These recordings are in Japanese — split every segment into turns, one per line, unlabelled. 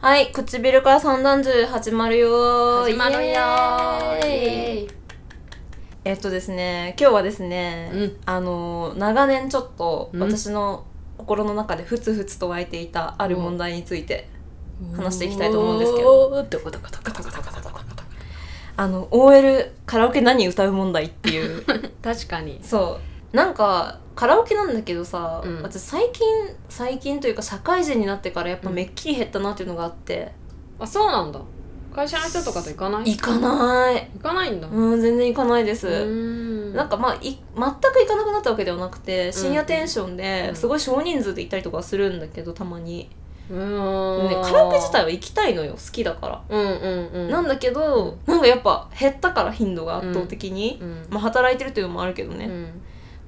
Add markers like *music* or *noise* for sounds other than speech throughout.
はい、唇から三段重始まるよー
始まるよ
イエーイ
ー
えっとですね、今日はですね、
うん
あのー、長年ちょっと
うん
私の心の中でふつふつと湧いていたある問題について、話していきたいと思うんですけど
どこどこどこどこどこどこ
あの、OL カラオケ何歌う問題って
*laughs*
いう。
確かに
そう。なんか、カラオケなんだけどさ、
うん
私最近、最近というか社会人になってからやっぱめっきり減ったなっていうのがあって、
あそうなんだ会社の人とかと行かない
行かない。
行かないんだ
うん、全然行かないです。
ん
なんかまあい全く行かなくなったわけではなくて深夜テンションで
うん
すごい少人数で行ったりとかはするんだけどたまに、
うーん
ね、カラオケ自体は行きたいのよ好きだから、
うんうんうん
なんだけどなんかやっぱ減ったから頻度が圧倒的に、
うん
まあ働いてるっていうのもあるけど
う
ね、
ん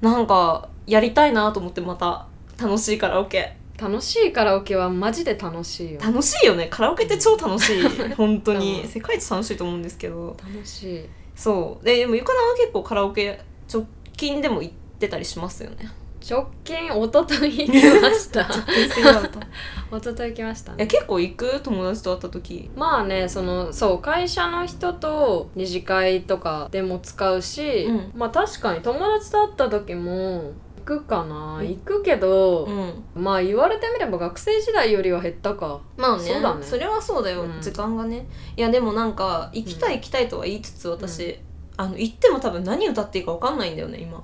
なんかやりたいなと思ってまた楽しいカラオケ
楽しいカラオケはマジで楽しいよ
楽しいよねカラオケって超楽しい本当に
うん
世界一楽しいと思うんですけど
楽しい
そうででもゆかなは結構カラオケ直近でも行ってたりしますよね
直近一昨日行きました *laughs*
い
一昨日行きましたね
や結構行く友達と会った時
まあねそのそう会社の人と二次会とかでも使うし、
うん
まあ確かに友達と会った時も行くかな、
うん
行くけど、
ん
まあ言われてみれば学生時代よりは減ったか
まあね
そうだね
れはそうだよ、
うん
時間がねいやでもなんか行きたい行きたいとは言いつつ私、あの行っても多分何歌っていいか分かんないんだよね今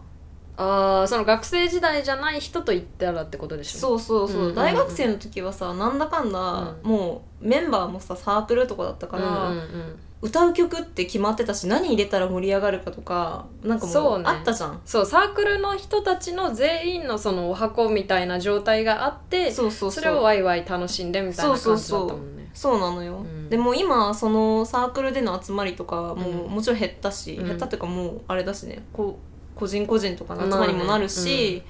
あーその学生時代じゃない人と行ったらってことでしょう
そうそうそう、
うんうんうん
大学生の時はさなんだかんだ、
うん
もうメンバーもさサークルとかだったから、
んうんうん
歌う曲って決まってたし何入れたら盛り上がるかとかなんかも
そううね
あったじゃん
そうサークルの人たちの全員のそのお箱みたいな状態があって
そうそうそう
れをワイワイ楽しんでみたいな感じだったもんね
そうなのよ、
うん
でも今そのサークルでの集まりとかもう
うん
もちろん減ったし、
うん
減ったっていうかもうあれだしねこう個人個人とかの集まりもなるし、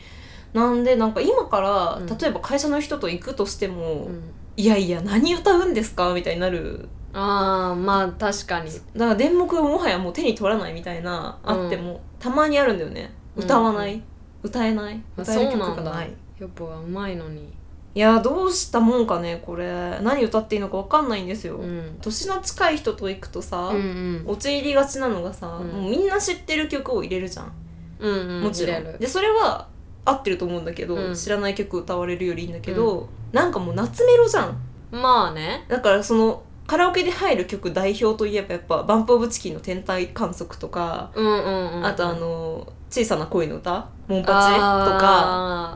なんでなんか今から、
うん
例えば会社の人と行くとしても「
うん
いやいや何歌うんですか?」みたいになる
ああまあ確かに
だから電目をもはやもう手に取らないみたいなあっても、たまにあるんだよね
うん
歌わない、歌えない
あ
歌える曲
そう
が
な
なんい
だやっぱうまいのに
いやどうしたもんかねこれ何歌っていいのか分かんないんですよ、
うん
年の近い人と行くとさ、
うん
陥りがちなのがさ、
うん
もうみんな知ってる曲を入れるじゃん、
うんうん
もちろ
入れ
ん
る
でそれは合ってると思うんだけど、
うん
知らない曲歌われるよりいいんだけど、なんかもう夏メロじゃん
まあね
だからそのカラオケで入る曲代表といえばやっぱ「バンプ・オブ・チキン」の「天体観測」とか、
うんうんうん
あとあの「小さな恋の歌」「モンパチ」とか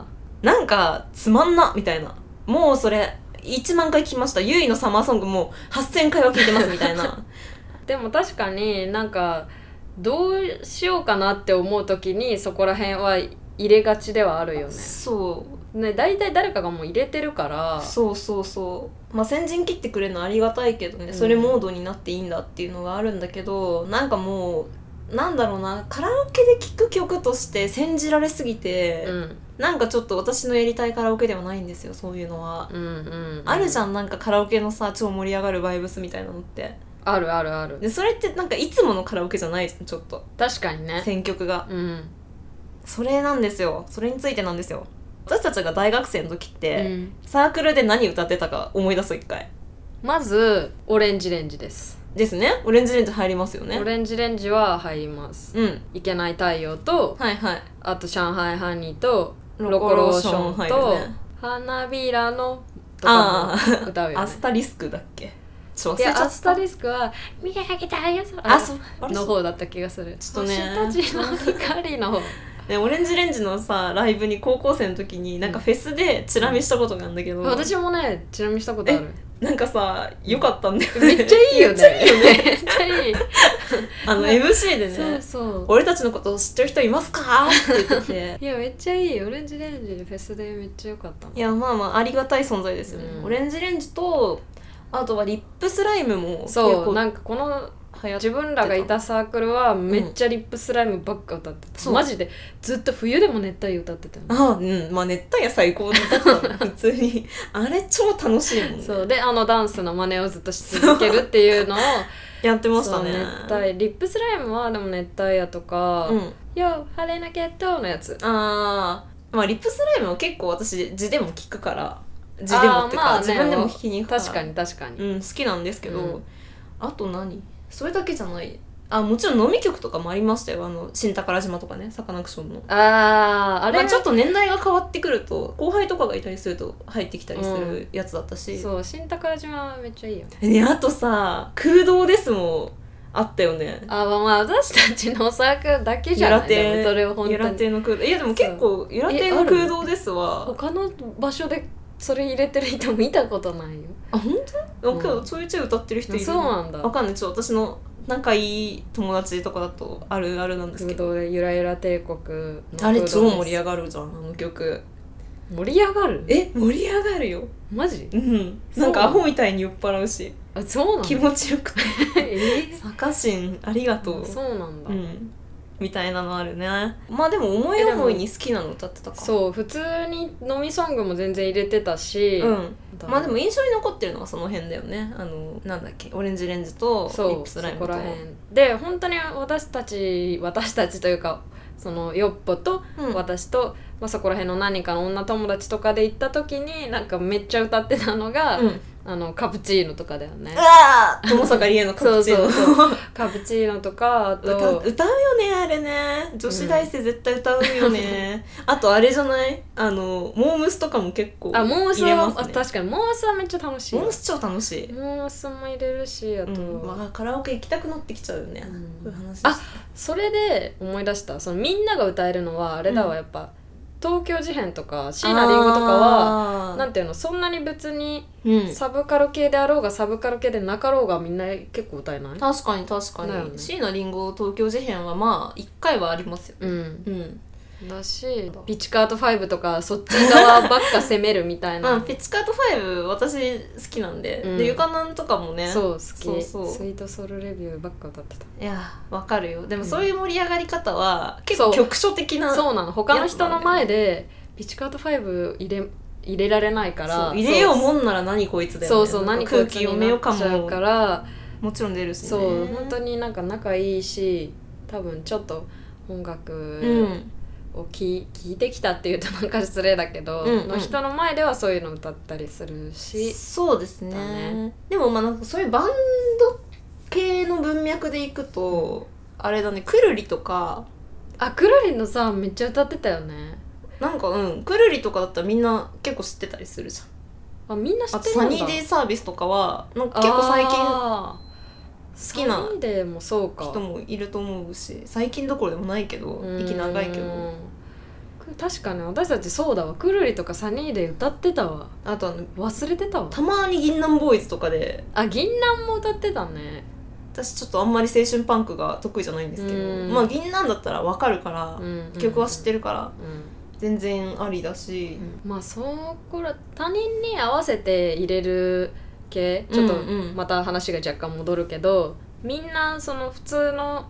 あ
なんかつまんなみたいなもうそれ1万回聴きましたゆいのサマーソングも8000回は聴いてますみたい
*laughs*
な
ーでも確かになんかどうしようかなって思う時にそこら辺は入れがちではあるよね
そう
ね大体誰かがもう入れてるから
そうそうそうまあ先陣切ってくれるのはありがたいけどね、
うん
それモードになっていいんだっていうのがあるんだけどなんかもうなんだろうなカラオケで聴く曲として煎じられすぎて、
うん
なんかちょっと私のやりたいカラオケではないんですよそういうのは、
うんうん
あるじゃん
ん
なんかカラオケのさ超盛り上がるバイブスみたいなのって
あるあるある
でそれってなんかいつものカラオケじゃないじゃんちょっと
確かにね
選曲が
うん
それなんですよそれについてなんですよ私たちが大学生の時っ
う
て、
ん
サークルで何歌ってたか思い出す一回
まずオレンジレンジです
ですねオレンジレンジ入りますよね
オレンジレンジは入ります
うん
いけない太陽と
はいはい
あと上海ハニーと
ロ
ロ
コ
コ
ロ
ロ
ー
ー
シ
シ
ョ
ョ
ン
ン
入
と
るね
花びらのとかも歌うよ
ア
ね
スタリスクだっけちょっ
い
と忘れち
や
ゃ
ア
っ
スタ
た
リスクは「見上げたよ空」
あそうあれ
の方だった気がする
ちょっとね
星たちの光の方
ねオレンジレンジのさライブに高校生の時になんかフェスでチラ見したことがあるんだけど、
私もねちなみにしたことある
なんかさよかったんだよね
めっちゃいいよね
めっちゃいいよね
めっちゃいい
*laughs* あの MC で
そう
ね
そう
俺たちのこと知ってる人いますか?」って言ってて
*laughs* いやめっちゃいいオレンジレンジでフェスでめっちゃ良かったの
いやまあまあありがたい存在ですよね、
うん
オレンジレンジとあとはリップスライムも結
そう
構
なんかこの
流行って
自分らがいたサークルはめっちゃリップスライムばっか歌ってた、
そう
マジでずっと冬でも熱帯夜歌ってたの
ああうんまあ熱帯夜最高だったね普通
*laughs*
にあれ超楽しいもんね
そうであのダンスの真似をずっとし続けるっていうのを
やってまし
*laughs* そ
た
う
ね
熱帯リップスライムはでも熱帯夜とか
うん
「よ、晴れなきゃと」のやつ
ああまあリップスライムは結構私字でも聞くから字でもっていうか、
あーまあね
自分でも弾きに行くから
確かに確かに、
うん、好きなんですけど、
うん
あと何それだけじゃないあもちろん飲み曲とかもありましたよあの新宝島とかねサカナクションの
あーあ
あ
れ、
れ、まあ、ちょっと年代が変わってくると後輩とかがいたりすると入ってきたりするやつだったし、
そう新宝島はめっちゃいいよね
ねあとさ空洞ですもあったよね
あーまあまあ私たちのおクだけじゃ
ゆら
ないで
亭
もそれを本
ゆ
当
ら
に
亭の空洞いやでも結構ゆら亭の空洞ですは
他の場所でそれ入れてる人見たことないよ
あ本当
うん
に今日ちょいちょい歌ってる人いる
そうなんだ
わかんないちょっと私の仲いい友達とかだとあるあるなんですけ
空
ど
洞でゆらゆら帝国
あれ超盛り上
が
がるじゃんあの曲
る盛り上がる
え盛り上がるよ
マジ
うん
そう
なんかアホみたいに酔っ払うし
あそうなん
気
だ
持ちよくて
*laughs* え
「サカシンありがとう」
そうなんだ、
うんみたいなのあるねまあでも思い思いに好きなの歌ってたか
そう普通に飲みソングも全然入れてたし、
うん
だ
まあでも印象に残ってるのはその辺だよねあのなんだっけオレンジレンジとリ
そ
ッ
う
プ
そ
スライム
ことら辺で本当に私たち私たちというかそのヨッポと
うん
私と、まあ、そこら辺の何かの女友達とかで行った時になんかめっちゃ歌ってたのが、
うん
あのカプチーノとかだよね
うわー友坂理恵のカプチーノ
そうそうカプチーノとかあ
*laughs* 歌
と
う歌うよねあれね女子大生絶対歌うよね、あとあれじゃないあのモームスとかも結構
あモース
入れ
は、
ます
あ
ね
確かにモースはめっちゃ楽しい
モ
モ
ース超楽しい、
ースも入れるしあ
う
と、
んまあ、カラオケ行きたくなってきちゃうよね、
うん
こういう話
あそれで思い出したそのみんなが歌えるのはあれだわ、
うん
やっぱ東京事変とか椎名林檎とかは
あー
なんていうのそんなに別に
うん、
サブカル系であろうがサブカル系でなかろうがみんな結構歌えない
確かに確か
だよね
に椎名林檎東京事変はまあ1回はありますよ、
うん、
うん
だしピチカート5とかそっち側ばっか攻めるみたいな、
まあ、ピッチカート5私好きなんで,、
うん
でゆかなんとかもね
そう好き
そうそう
スイートソウルレビューばっか歌ってた
いやわかるよでもそういう盛り上がり方は結
そ
構
う
局所的な
そうなの他の人の前でピチカート5入れ入れられないか
そ
ら
う入れよう
そ
もんなら何こいつ
う
だよね
そうそう
なん
何
か
か
空気読めようか
うつになっちゃ
も
うから
もちろん出るしね
そう本当になんか仲いいし多分ちょっと音楽
ん
を聞,、聞いてきたっていうとなんか失礼だけど、
うんうん
の人の前ではそういうの歌ったりするし
そうですね
だね
でもまあなんかそういうバンド系の文脈でいくとあれだねくるりとか
あくるりんのさめっちゃ歌ってたよね
なんかうんくるりとかだったらみんな結構知ってたりするじゃん
あみんな知
あ
っ
と
てるんだ
サニーデイサービスとかはなんか結構最近好きな
近サニーデイもそうか
人もいると思うし最近どころでもないけど
うん
息長いけど
く確かね私たちそうだわくるりとかサニーデイ歌ってたわ
あとあの
忘れてたわ
たまに銀杏ボーイズとかで
あ銀杏も歌ってたね
私ちょっとあんまり青春パンクが得意じゃないんですけど、
うん
まあ銀杏だったらわかるから、曲は知って
る、
るから
うん
全然ありだし、
まあそこら他人に合わせて入れる系ちょっと
うんうん
また話が若干戻るけど、みんなその普通の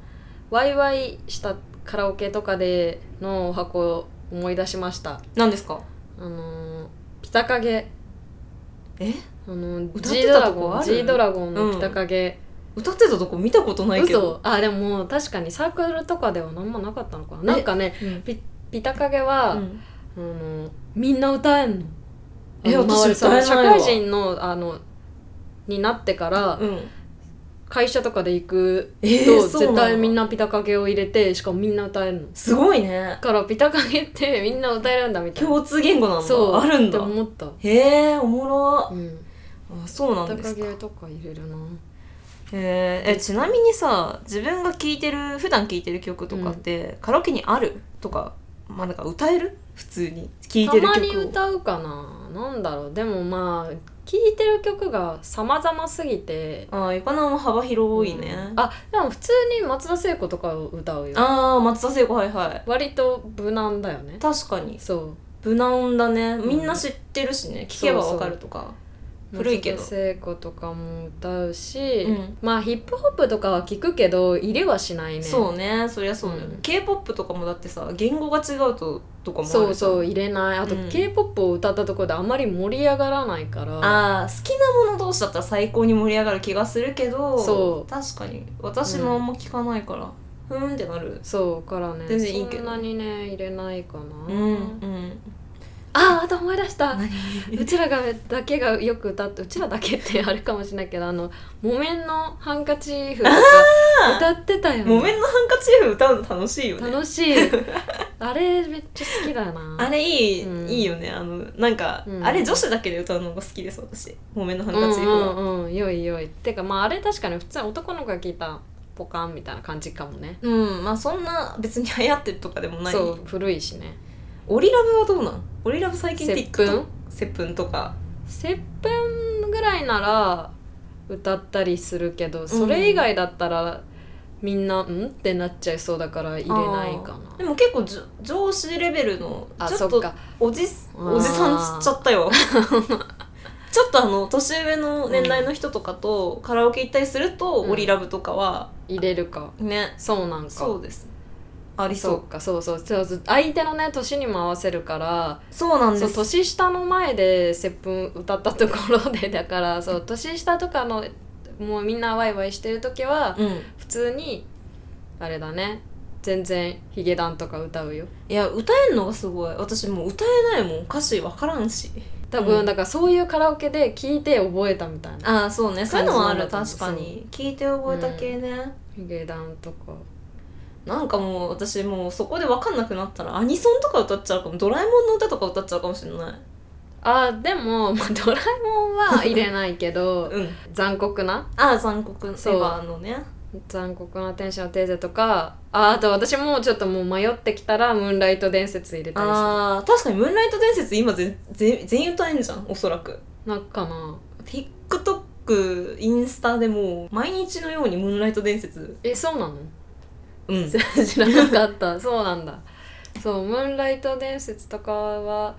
ワイワイしたカラオケとかでのお箱を思い出しました
何ですか
あのーピタカゲ
え
あのー
歌っ
G
て
ド
た
ラ
と
ゴ
こ
ン
ある
G ドラゴンのピタカゲ、
歌ってたとこ見たことないけど
嘘あでも確かにサークルとかでは何もなかったのかななんかね
うん
ピタカゲは、
うん
あのみんな歌えんの
え
あの
私
周りそ
歌えな
の
いわ
社会人のあのになってから
うん
会社とかで行くと、
えーそうな
絶
の
対みんなピタカゲを入れてしかもみんな歌えるの
すごいね
だからピタカゲってみんな歌えるんだみたいな
共通言語なんだ
そう
あるんだ
って思った、
へえおもろ
うん、
あそうな
ピ
んで
タカ
すか
ゲとか入れるな
へーえちなみにさ自分が聴いてる普段聴いてる曲とかって、カラオケにあるとかまあなんか歌える普通に聴いて
た
る曲を
まに歌うかななんだろうでもまあ聴いてる曲が様々すぎて
ああゆかなも幅広いね、
うんあでも普通に松田聖子とかを歌うよ
あー松田聖子はいはい
割と無難だよね
確かに
そう
無難だねみんな知ってるしね、聞けばわかるとか古いけど
松田聖子とかも歌うし、
うん
まあヒップホップとかは聞くけど入れはしないね
そうねそりゃそうだよね、
うん
k p o p とかもだってさ言語が違うととかもある
そうそう
う
入れないあと、
うん
k p o p を歌ったところであんまり盛り上がらないから
あー好きなもの同士だったら最高に盛り上がる気がするけど
そう
確かに私もあんま聞かないから、ふーんってなる
そうからね
全然いいけど
そんなにね入れないかな、
うんうん
あーあと思い出した
何
うちらがだけがよく歌ってうちらだけってあるかもしれないけどあの木綿のハンカチーフとか歌ってたよ
木
ね
綿のハンカチーフ歌うの楽しいよね
楽し
*laughs*
いあれめっちゃ好きだな
あれいい、
うん
いいよねあのなんか、
うん
あれ女子だけで歌うのが好きです私木綿のハン
うん
カチーフは、
うんうんよいよいてかまああれ確かに普通に男の子が聞いたポカンみたいな感じかもね
うん、まあそんな別に流行ってるとかでもない
そう古いしね
オリラブはどうなんオリラブ最近
接吻
TikTok 接吻とか
接吻ぐらいなら歌ったりするけどそれ以外だったらみんな「ん?」ってなっちゃいそうだから入れないか
あー
な
でも結構じょ上司レベルの
あ
ちょ
そ
っ
っ
と
か
おじ
あー
おじさんつっちゃった *laughs* よちょっとあの年上の年代の人とかとカラオケ行ったりすると、
うん
オリラブとかは
入れるか
ね
そうなんか
そうですありそ
そう
う
かそうそうそうそう相手のね年にも合わせるから
そうなんで
そう
す
年下の前で接吻歌ったところで *laughs* だからそう年下とかのもうみんなワイワイしてる時は
うん
普通にあれだね全然ヒゲダンとか歌うよ
いや歌えんのがすごい私もう歌えないもん歌詞わからんし
多
う
分
ん
だからそういうカラオケで聞いて覚えたみたいな
ああそうねそういうのもある
感じ
確
な
か
んだと思う
に聞いて覚えた系ね、
ヒゲダンとか
なんかもう私もうそこで分かんなくなったらアニソンとか歌っちゃうかもドラえもんの歌とか歌っちゃうかもしれない
あでも、まあ、ドラえもんは入れないけど
うん
残酷な
ああ残酷エヴ
そう
ァのね
残酷な天使のテーゼとかああと私もちょっともう迷ってきたらムーンライト伝説入れたりし
あー確かに「ムーンライト伝説」今ぜぜ全員歌えんじゃんおそらく
たなんかな
TikTok インスタでもう毎日のように「ムーンライト伝説
えそうなの」
うん
知らなかった *laughs* そうなんだそうムーンライト伝説とかは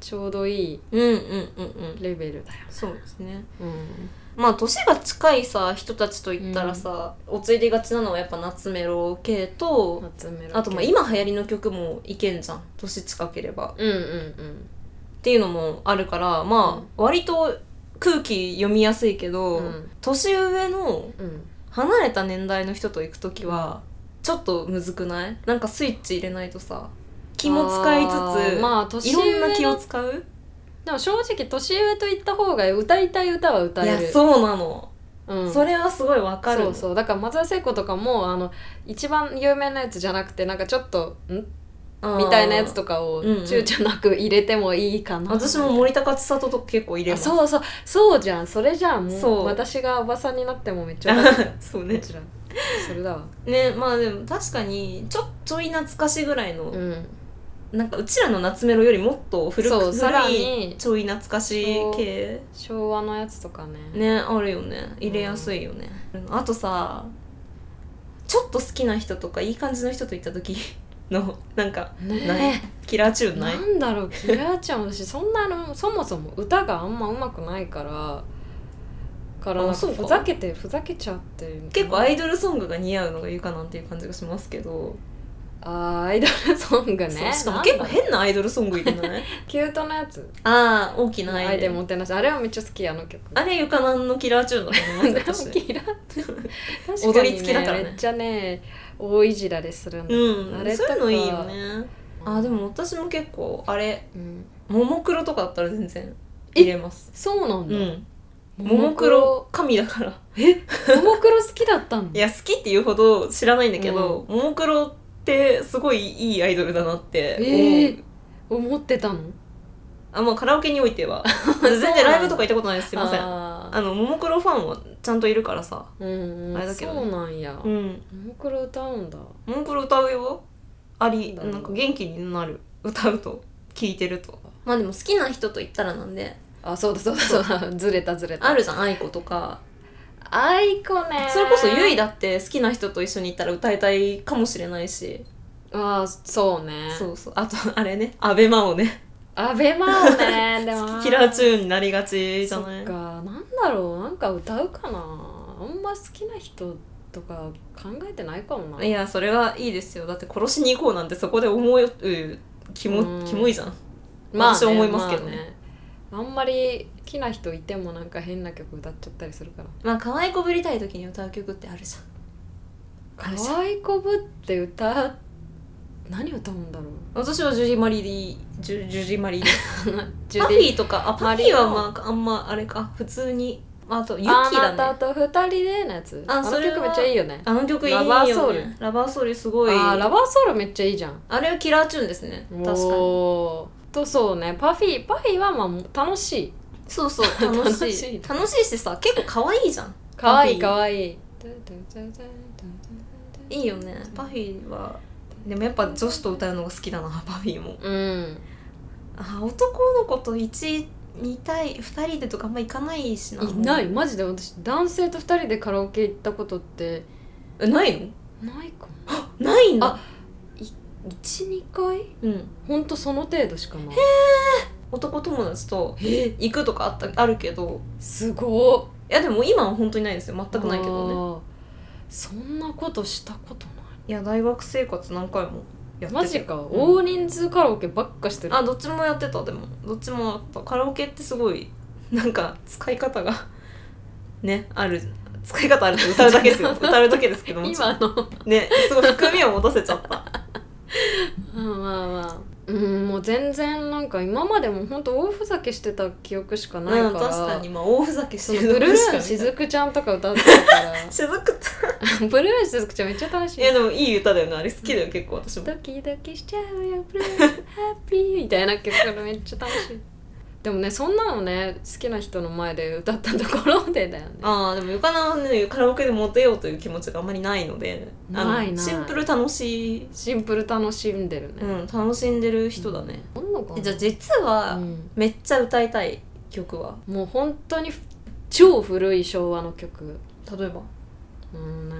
ちょうどいい
うんうんうんうん
レベルだよ、
そうですね
うん、
まあ年が近いさ人たちといったらさ、おついでがちなのはやっぱ夏メロ系と
夏メロ
あとまあ今流行りの曲もいけんじゃん年近ければ
うんうんうん
っていうのもあるからまあ、割と空気読みやすいけど、
うん
年上の
うん
離れた年代の人と行く時はちょっとむずくないなんかスイッチ入れないとさ気も使いつ
あー
つ、
まあ年
い
上の
ろんな気を使う
でも正直年上と言った方が歌いたい歌は歌
い
え
や
る
そうなの、
う、ん、
それはすごいわかる
そうそうだから松田聖子とかもあの一番有名なやつじゃなくてなんかちょっと「ん?」みたいなやつ
か
とかを
うんうん
躊躇なく入れてもいいかな、
私も森高千里と結構入れ
あ
ますう
そうそうそうじゃんそれじゃんもう
そう
私がおばさんになってもめっちゃ歌って
*laughs* そう
た
ね
こちらそれだわ
ねまあでも確かにちょちょい懐かしぐらいの、
うん
なんかうちらの夏メロよりもっと古
そ
く
うさら
古
に
いちょい懐かしい系
昭和のやつとかね
ねあるよね入れやすいよね、あとさちょっと好きな人とかいい感じの人と行った時 *laughs* のなんかない
ね
キラーチュー
え
ンない
なんだろうキラーちゃん私そんなのそもそも歌があんま上手くないからからなん
あ
か
そうか
ふざけてふざけちゃってる
結構アイドルソングが似合うのがいいかなっていう感じがしますけど、
あーアイドルソング
そ
ね
うしかも
なんだ
結構変なアイドルソングいけない
*laughs* キュートなやつ
ああ大きなア
愛
イ
で
ドル
もてなしあれはめっちゃ好きあの曲
あれゆかなんのキラーチューンだと思います私
キラ
かにね
踊り付きだから、ね、めっちゃね大いじられするんだ、
うん
あれと
そう
か
いうのいいよねあーでも私も結構あれ
うん
ももクロとかだったら全然
え
入れます
そうなん
う
だ、
んも
も
も
も
ク
ク
ロ
ロ
神だから
ももクロ好きだったん
い
だ
や好きっていうほど知らないんだけど、ももクロってすごいいいアイドルだなって思う、
えー思ってたの
あまあカラオケにおいて *laughs* は全然ライブとか行ったことないですすいませんあ
あー
のももクロファンはちゃんといるからさ
うんうん
あれだけどね
そうなんや、
う
も
ん
もクロ歌うんだ
ももクロ歌うよあり
うん
なんか元気になる歌うと聴いてるとまあでも好きな人と言ったらなんで
あそうだそうだそうだ *laughs* ずれたずれた
あるじゃん愛子とか
あいこね
それこそゆいだって好きな人と一緒に行ったら歌いたいかもしれないし
あーそうね
そうそうあとあれね安倍真央ね
アベマを
*laughs*
ねでも
キラーチューンになりがちじゃない
そっかなんだろうなんか歌うかなあんま好きな人とか考えてないかもない
やそれはいいですよだって殺しに行こうなんてそこで思うキモ,、
うん
キモいじゃん
ね
私は思いますけどね
まあねあんまり好きな人いてもなんか変な曲歌っちゃったりするから
まあ可愛いこぶりたい時に歌う曲ってあるじゃんあるじゃん
可愛いこぶって歌う何歌うんだろう
私はジュジマリリジュジュジマリリ
ジ
パ
ュ
フ
ディ
ィーとかあパ
マ
フ
リ
ィー
ー
は
の
まああんまあれか普通にまああとユキ
あ
だ
なた
ね
と二人でのやつ
あ
の
それは
曲めっちゃいいよね
あの曲いいよね
ラバーソウル
ラバーソウルす
あ
ごい
ーラバーソウルめっちゃいいじゃん
あれはキラーチューンですね確かに
おーとそうねパフィーパフィーはまあ楽しい
そうそう *laughs* 楽しい
楽
楽
し
し
い
いしさ結構可愛いじゃん
かわいい
パ
か
フ
わいい
いいよねパフィーはでもやっぱ女子と歌うのが好きだなパフィーも
うん
あ男の子と12対2人でとかあんま行かないしないい
ないマジで私男性と二人でカラオケ行ったことって
えないの
ないかも
ないんだ
あ12回
うん
ほんとその程度しかない
男友達と行くとかあったあるけど
すごっ
いやでも今は本当にないですよ全くないけどね
ねそんなことしたことない
いや大学生活何回もやってて
マジか、
うん
大人数カラオケばっかしてる
あどっちもやってたでもどっちもあったカラオケってすごいなんか使い方が *laughs* ねある使い方あるって歌うだけですよ
*laughs*
歌うだけですけども
今の
ねすごい含みを持たせちゃった
まあまあまあうんもう全然なんか今までもほんと大ふざけしてた記憶しかないから、
うん、確かにまあ大ふざけし
そ
てる
のブルー
しか
の
見た
しずくちゃんとか歌ってたか
*laughs*
ら
しずくち
*laughs* ブルーのしずくちゃんめっちゃ楽し
ゃん
い
いやでもいい歌だよねあれ好きだよ結構私も
ドキドキしちゃうよブルーハッピーみたいな曲がめっちゃ楽しいでもねそんなのね好きな人の前で歌ったところでだよね
ああでもゆかなはねカラオケでモテようという気持ちがあんまりないのであの
ないない
シンプル楽しい、
シンプル楽しんでる
う
ね、
ん、楽しんでる人だね、
なんのかな
じゃあ実は、
うん
めっちゃ歌いたい曲は
もう本当に超古い昭和の曲
例えば
うんね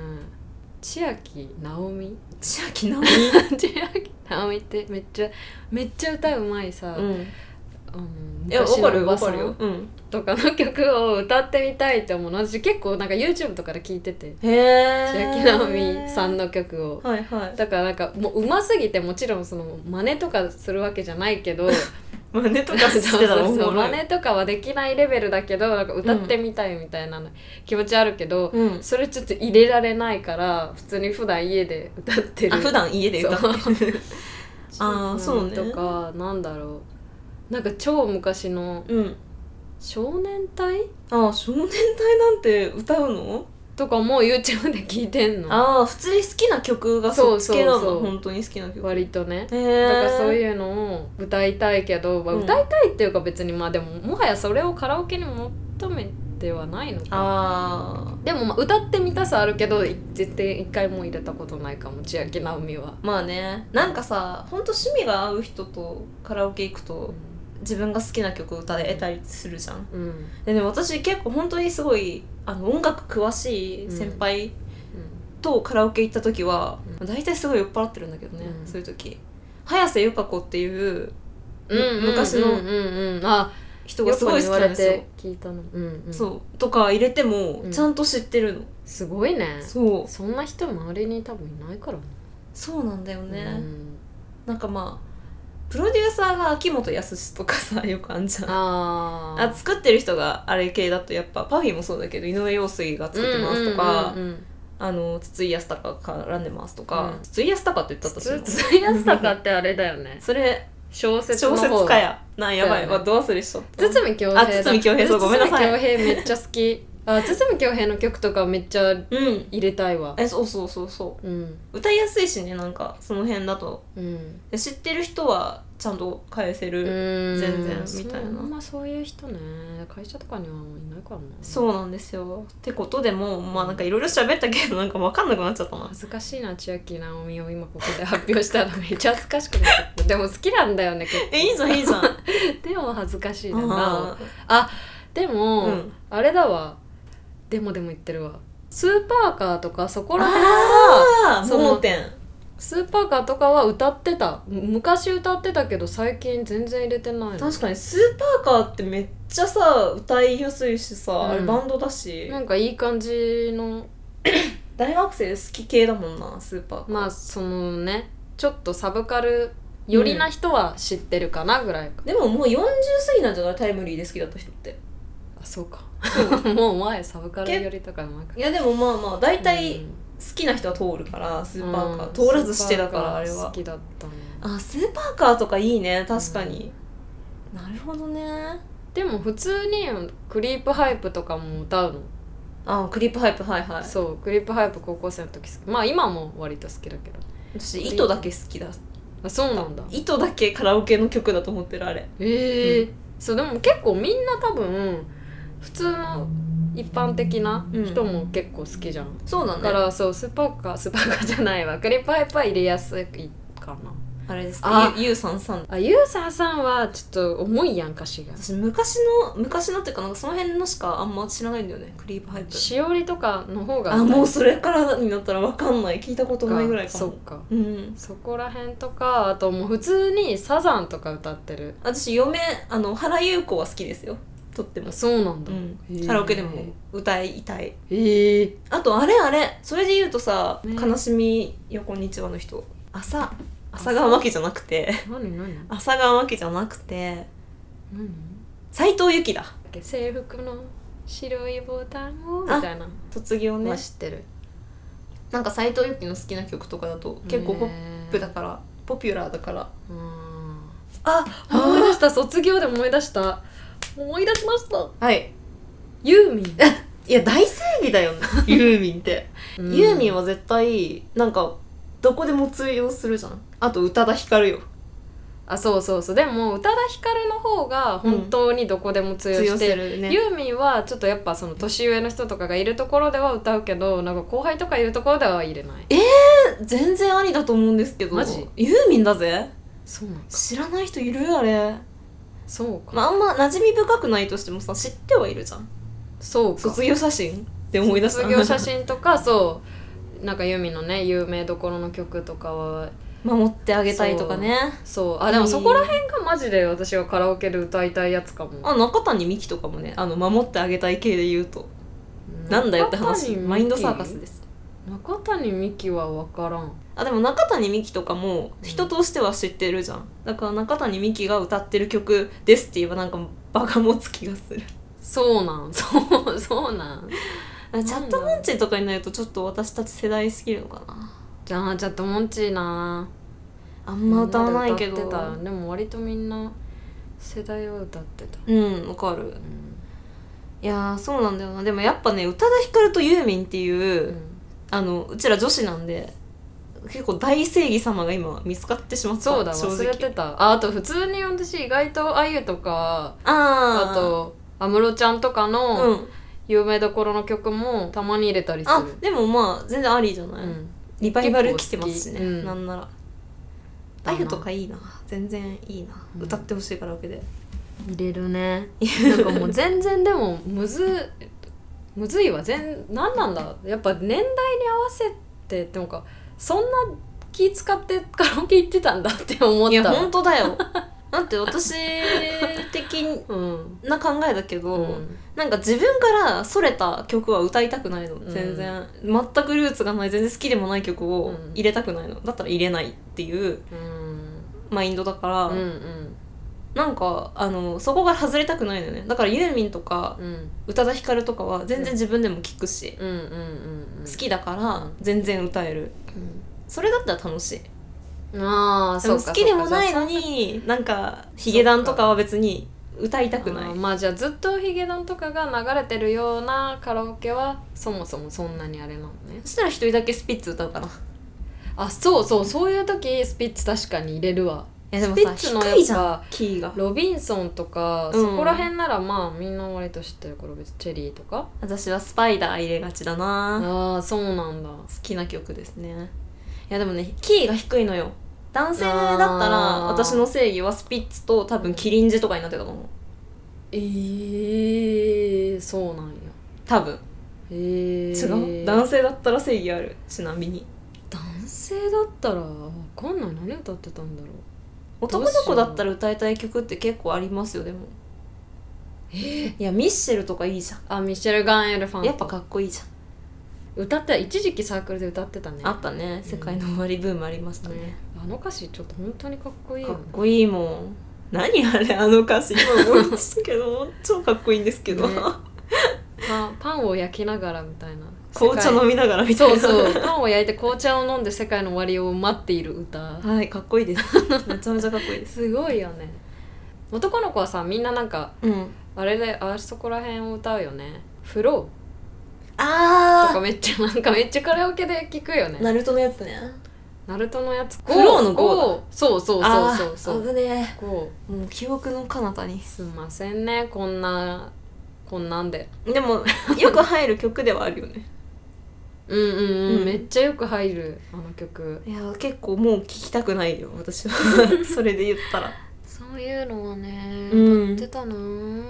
千秋直美
千秋直美、
*laughs* 千秋直美ってめっちゃめっちゃ歌うまいさ、
うん、
あの
いやわ
昔
か
のお
る
ば
わ
さ
かるよ
ん、
うん、
とかの曲を歌ってみたいって思うの私結構なんか YouTube とかで聴いてて
へえ
千秋直美さんの曲を
はいはい
だからなんかもううますぎてもちろんその真似とかするわけじゃな
*laughs*
いけど
真似とか
そう
してたら
そ
お
う
も
そう
ろい
真似とかはできないレベルだけどなんか歌ってみたいみたいなの気持ちあるけど、
うん
それちょっと入れられないから普通に普段家で歌ってる
あ普段家で歌ってるあーそうね
とかなんだろうなんか超昔の
*laughs* うん
少年隊
ああ少年隊なんて歌うの
とかも YouTube で聞いてんの
ああ普通に好きな曲がそっち系なんだ
そうそうそう
本当に好きな曲へ
割とね
え
なんかそう
う
いうのを歌いたいけど、まあ
うん
歌いたいっていうか別にまあでももはやそれをカラオケに求めてはないのか
ああ
でもまあ歌ってみたさあるけどい絶対一回も入れたことないかも千秋直美は、
まあねなんかさ本当趣味が合う人とカラオケ行くと自分が好きな曲を歌で得たりするじゃん
うんうん
でね私結構本当にすごいあの音楽詳しい先輩とカラオケ行った時は、
う
大体すごい酔っ払ってるんだけどね、
うん
そういう時早瀬由香子っていう
うんうんうんうん
昔の
うんうんあ
人がすごい好き
よく
なん
言われ
ですよ
て聞いたの、うんうん、
そうとか入れても
うん
ちゃんと知ってるの、
すごいね
そう
そんな人周りに多分いないから
そうなんだよね、
うん
なんかまあプロデューサーが秋元康とかさ *laughs* よくあんじゃんあ
あー
作ってる人があれ系だとやっぱパフィーもそうだけど井上陽水が作ってますとか、
うんうんうんうん
あの筒井康隆が絡んでますとか、
うん
筒井康隆って言ったとして
筒
も
井康隆ってあれだよね
それ
小説の
小
方
説家やなんやばい
だよ
わ、
ね
どうするしちゃった
堤恭平だ
あ堤恭平そうごめんなさい
堤恭平めっちゃ好きあ堤恭平の曲とかめっちゃ
うん
入れたいわ
えそうそうそうそ
うん
う歌いやすいしねなんかその辺だと
うん
で知ってる人はちゃんと返せる、
全
全然みたいな
あんまそういう人ね会社とかにはもういないからな
そうなんですよってことでもうまあなんかいろいろ喋ったけどなんか分かんなくなっちゃったな
恥ずかしいな千秋直美を今ここで発表したのめっちゃ恥ずかしくなったでも好きなんだよね結構
えいいじゃんいいじゃ
*laughs*
ん
でも恥ずかしいな
あ
でも、
うん
あれだわでもでも言ってるわスーパーカーとかそこら辺は
あー
その
盲点
スーパーカーとかは歌ってたむ昔歌ってたけど最近全然入れてないの
確かにスーパーカーってめっちゃさ歌いやすいしさ、
ん
あれバンドだし、
なんかいい感じの
大学生好き系だもんなスーパーカー、
まあそのねちょっとサブカル寄りな人は知ってるかなぐらいか、
でももう40過ぎなんじゃないタイムリーで好きだった人って
あそうか *laughs* もう前サブカル寄りとか前か
いやでもまあまあ大体
うん
好きな人は通るからスーパーカー、
うん
通らずしてだからあれ
スーパーカー
は
好きだったね
あスーパーカーとかいいね確かに、なるほどね
でも普通にクリープハイプとかも歌うの、
あクリップハイプはいはい
そうクリープハイプ高校生の時好きまあ今も割と好きだけど
私糸だけ好きだ
あそうなんだ
糸だけカラオケの曲だと思ってるあれ
ええそうでも結構みんな多分普通の一般的な人も結構好きじゃん、
そうだ
だからそうスーパーカースーパーカーじゃないわクリープハイプは入れやすいかな
あれです
あ
かゆゆうさんさん
あユーサーさんはちょっと重いやん歌詞が
私昔の昔のっていうかなんかその辺のしかあんま知らないんだよねクリープハイプ
しおりとかの方が
あもうそれからになったらわかんない聞いたことないぐらいか
そっ
も
か
うん
そこら辺とかあともう普通にサザンとか歌ってる
私嫁あの原優子は好きですよとっても
あそうなんだ、
うん、カラオケでも歌いたい
ええ
あとあれあれそれで言うとさ「
ね
悲しみよこんにちは」の人朝朝川真紀じゃなくて
何何
朝川真紀じゃなくて
何
斎藤由貴だ
制服の白いボタンをみ
あ
たいな
卒業ね
は知ってる
なんか斎藤由貴の好きな曲とかだと結構ポップだ
ね
から、ポピュラーだから
えうん
あ
思い出した卒業で思い出した思い出しました
はい
ユーミン、
いや大正義だよね *laughs* ユーミンって、ユーミンは絶対なんかどこでも通用するじゃんあと宇多田ヒカルよ
あそうそうそうでも宇多田ヒカルの方が本当にどこでも通用
通用す
して、
るね
ユーミンはちょっとやっぱその年上の人とかがいるところでは歌うけどなんか後輩とかいるところでは入れない
全然ありだと思うんですけど
マジ
ユーミンだぜ
そうなんか
知らない人いるあれ、
そうか、
まあ、あんま馴染み深くないとしてもさ知ってはいるじゃん
そうか
卒業写真って思い出す
卒業写真とかそうなんかユーミンのね有名どころの曲とかは
*laughs* 守ってあげたいとかね
そうあでもそこら辺がマジで私はカラオケで歌いたいやつかも
あ中谷美紀とかもねあの守ってあげたい系で言うとなんだよって
中
話
谷美紀
マインドサーカスです
中谷美紀は分からん
あでも中谷美紀とかも人としては知ってるじゃんだから中谷美紀が歌ってる曲ですって言えばなんか場が持つ気がする
そうなん *laughs* そうそうなん
あチャットモンチーとかになるとちょっと私たち世代すぎるのかな
じゃあチャットモンチーな
あんま歌わないけど
みんなで歌ってたでも割とみんな世代は歌ってた、
うんわかるいやーそうなんだよなでもやっぱね宇多田ヒカルとユーミンっていう、
うん
あのうちら女子なんで結構大正義様が今見つかってしまった
そうだ
正直
忘れてたああと普通に私意外とあゆとか
あー
あと安室ちゃんとか
う
の
ん
有名どころの曲もたまに入れたりす
あ
る、
でもまあ全然ありじゃ
う
ない、
ん、
リバイバル来てますしね、
結構好きうん
なんなら
だ
あ
な
ゆとかいいな全然いいな、
うん
歌ってほしいカラオケで
入れるねなんかもう全然でもむずむずいわ全何なんだやっぱ年代に合わせてってなんかそんな気使ってカラオケ行ってたんだって思っ
いや
た
本当だ
*laughs*
よだって私的
うん、
な考えだけど、
うん
なんか自分からそれた曲は歌いたくないの
ん
全然、全くルーツがない全然好きでもない曲を
うん
入れたくないのだったら入れないっていう
うん
マインドだから、
うんうん
なんかあのそこが外れたくないのよねだからユーミンとか
うん
宇多田ヒカルとかは全然自分でも聴くし、
うんうんうん
好きだから全然歌えるそれだったら楽しい
ああ
で
そ
も
うか
好きでもない
そうか
のになんかヒゲダンとかは別に歌いたくない
あーまあじゃあずっとヒゲダンとかが流れてるようなカラオケはそもそもそんなにあれなのね
そしたら一人だけスピッツ歌うかな
あそうそうそういう時スピッツ確かに入れるわ
いやでも
スピッ
さ
ツの
低いじゃ
やっ
ん
ぱ
キーが
ロビンソンとか、
うん
そこら辺ならまあみんな割と知ってるから別にチェリーとか
私はスパイダー入れがちだ
あ
な
あーそうなんだ
好きな曲ですねいやでもねキーが低いのよ男性だったら
あー
私の正義はスピッツと多分キリンジとかになってたと思う
えー、そうなんや
多分
えー、
違う
男
男性だったら正義あるちなみに
性だったらわかんない何歌ってたんだろう
男の子だったら歌いたい曲って結構ありますよでもいやミッシェルとかいいじゃ
あミシェル・ガン・エルファン
ん
ト
やっぱかっこいいじゃん
歌って一時期サークルで歌ってたね
あったね世界の終わりブームありましたね、
ねあの歌詞ちょっと本当にかっこいいよ
か
ね
っこいいもん何あれあの歌詞今思いましたけど *laughs* 超かっこいいんですけど、
ねパンパンを焼きながらみたいな
紅茶飲みながらみ
み
たい
そ
な
うそうパンを焼いて紅茶を飲んで世界の終わりを待っている
*laughs*
歌
はいかっこいいですめちゃめちゃかっこいいです
すごいよね男の子はさみんななんか
うん
あれであそこら辺を歌うよね「フロー」とか
あ
めっちゃなんかめっちゃカラオケで聞くよね
ナルトのやつね
ナルトのやつ
フローのゴーだ
ゴーそうそうそうそうそ
危
う
ね
ゴ
えもう記憶の彼方に
ーすんませんねこんなこんなんで
で *laughs* もよく入る曲ではあるよね
うんうんうん、
うん
めっちゃよく入るあの曲
いや結構もう聴きたくないよ私
*laughs*
はそれで言ったらい
そういうのはね
うん
歌ってたなぁ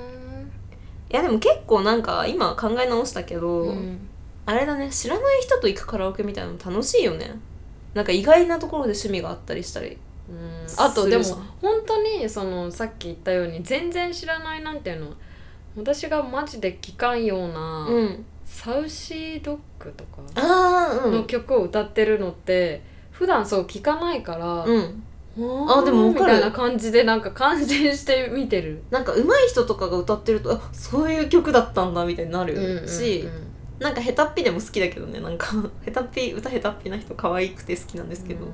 やでも結構なんか今考え直したけど、
うん
あれだね知らない人と行くカラオケみたいなの楽しいよねなんか意外なところで趣味があったりしたり
うんあとでも
するさ
本当にそのさっき言ったように全然知らないなんていうの私がマジで聞かんような、
うん
サウシードッグとか
ああう
の
ん
曲を歌ってるのって普段そう聞かないから、
うん
あ
あでもわ
み
かる
たいな感じでなんか感心して見てる、
なんか上手い人とかが歌ってるとあそういう曲だったんだみたいになるし、なんか下手っぴでも好きだけどねなんか *laughs* 下手っぴ歌下手っぴな人可愛くて好きなんですけど、
うん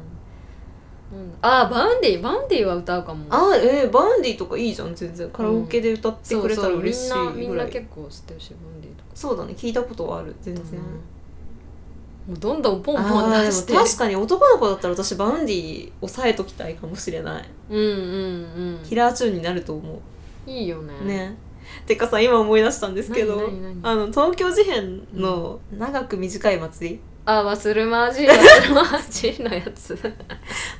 なんだあバウンディバウンディは歌うかも
あえー、バウンディとかいいじゃん全然カラオケで歌って
そ
く
う
れた
そ
ら
うみ
嬉し
ん
い
なみ
ぐ
ん
ら
ない結構知ってるしバウンディとか
そうだね聞いたことはある全然、
もうどんどんポン
あ
ポン
ー
出
で
して
も確かに男の子だったら私バウンディ抑えときたいかもしれない
うんうん
キラーチューンになると思
うんいいよ
う
ね
ねてかさ今思い出したんですけど
何何何
あの東京事変の長く短い祭り、
あ忘れまじ忘れまじのやつ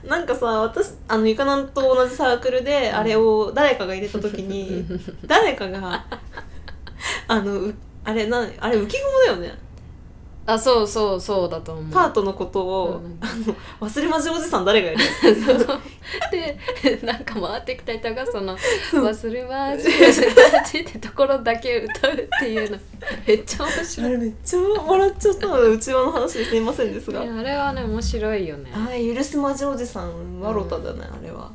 なんかさ私あのゆかなんと同じサークルであれを誰かが入れた時
*laughs*
に誰かがあのうあれなんあれ浮き雲だよね
*laughs* あそうそうそうだと思う
パートのことを、
うん
あの忘れまじおじさん誰がいる
そうで *laughs* なんか回ってきた人がその「忘れまーじ忘れまーじ」ってところだけ歌うっていう *laughs* のめっちゃ面
あ
白い
れめっちゃ笑っちゃったのでうちわの話ですいませんですが
いやあれはね面白いよね
ああ許すまじおじさんわろただね、あれは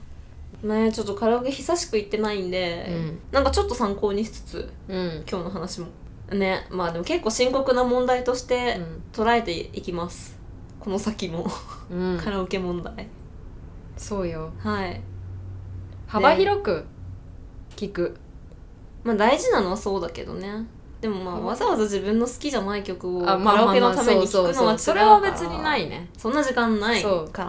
ねちょっとカラオケ久しく行ってないんで、
うん
なんかちょっと参考にしつつ
うん
今日の話もねまあでも結構深刻な問題として捉えていきます、この先も、
うん、う
カ
ん、
ラオケ問題
そうよ
はい
幅広く聞く、
まあ大事なのはそうだけどねでもまあわざわざ自分の好きじゃない曲を
あ
カ
まあまあ
ラオケのために
そ
聴
う
く
そう
の
そ
は違うから
うそれは別にないね
そんな時間ない
そう
か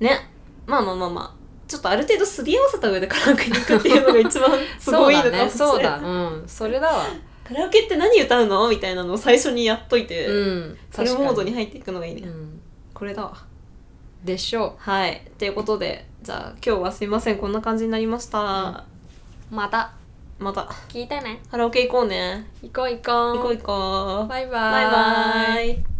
らねまあまあまあまあちょっとある程度すり合わせた上でカラオケに行くっていうのが一番すごいのかもしれない、
そう *laughs* だねそうだうんそれだわ
カラオケって何歌うのみたいなのを最初にやっといて、
うん
それモードに
確
入っていくのがいいね、
かにうん
これだわ
でしょ
はいということでじゃあ今日はすいませんこんな感じになりました、
うまた
また
聞いてね
カラオケ行こうね
行こう行こう
行こう行こう
バイバ
バイバイ